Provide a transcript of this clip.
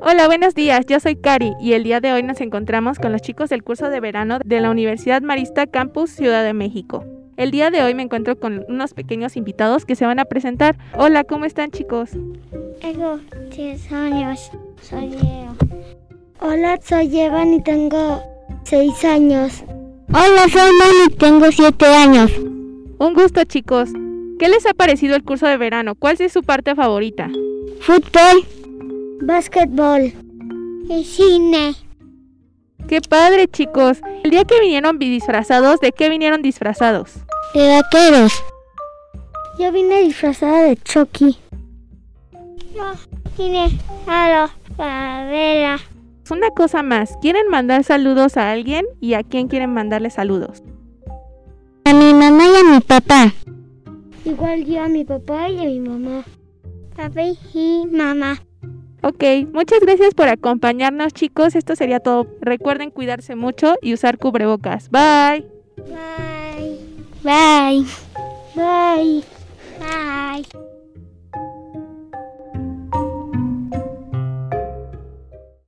Hola, buenos días. Yo soy Cari y el día de hoy nos encontramos con los chicos del curso de verano de la Universidad Marista Campus Ciudad de México. El día de hoy me encuentro con unos pequeños invitados que se van a presentar. Hola, ¿cómo están chicos? Tengo 10 años. Soy Leo. Hola, soy Evan y tengo 6 años. Hola, soy Moni y tengo 7 años. Un gusto chicos. ¿Qué les ha parecido el curso de verano? ¿Cuál es su parte favorita? Fútbol, básquetbol y cine. ¡Qué padre chicos! El día que vinieron vi- disfrazados, ¿de qué vinieron disfrazados? De vaqueros. Yo vine disfrazada de Chucky. Yo vine a la favela. Una cosa más, ¿quieren mandar saludos a alguien y a quién quieren mandarle saludos? A mi mamá y a mi papá. Igual yo a mi papá y a mi mamá. Papá y mamá. Ok, muchas gracias por acompañarnos chicos, esto sería todo. Recuerden cuidarse mucho y usar cubrebocas. Bye. Bye. Bye. Bye. Bye.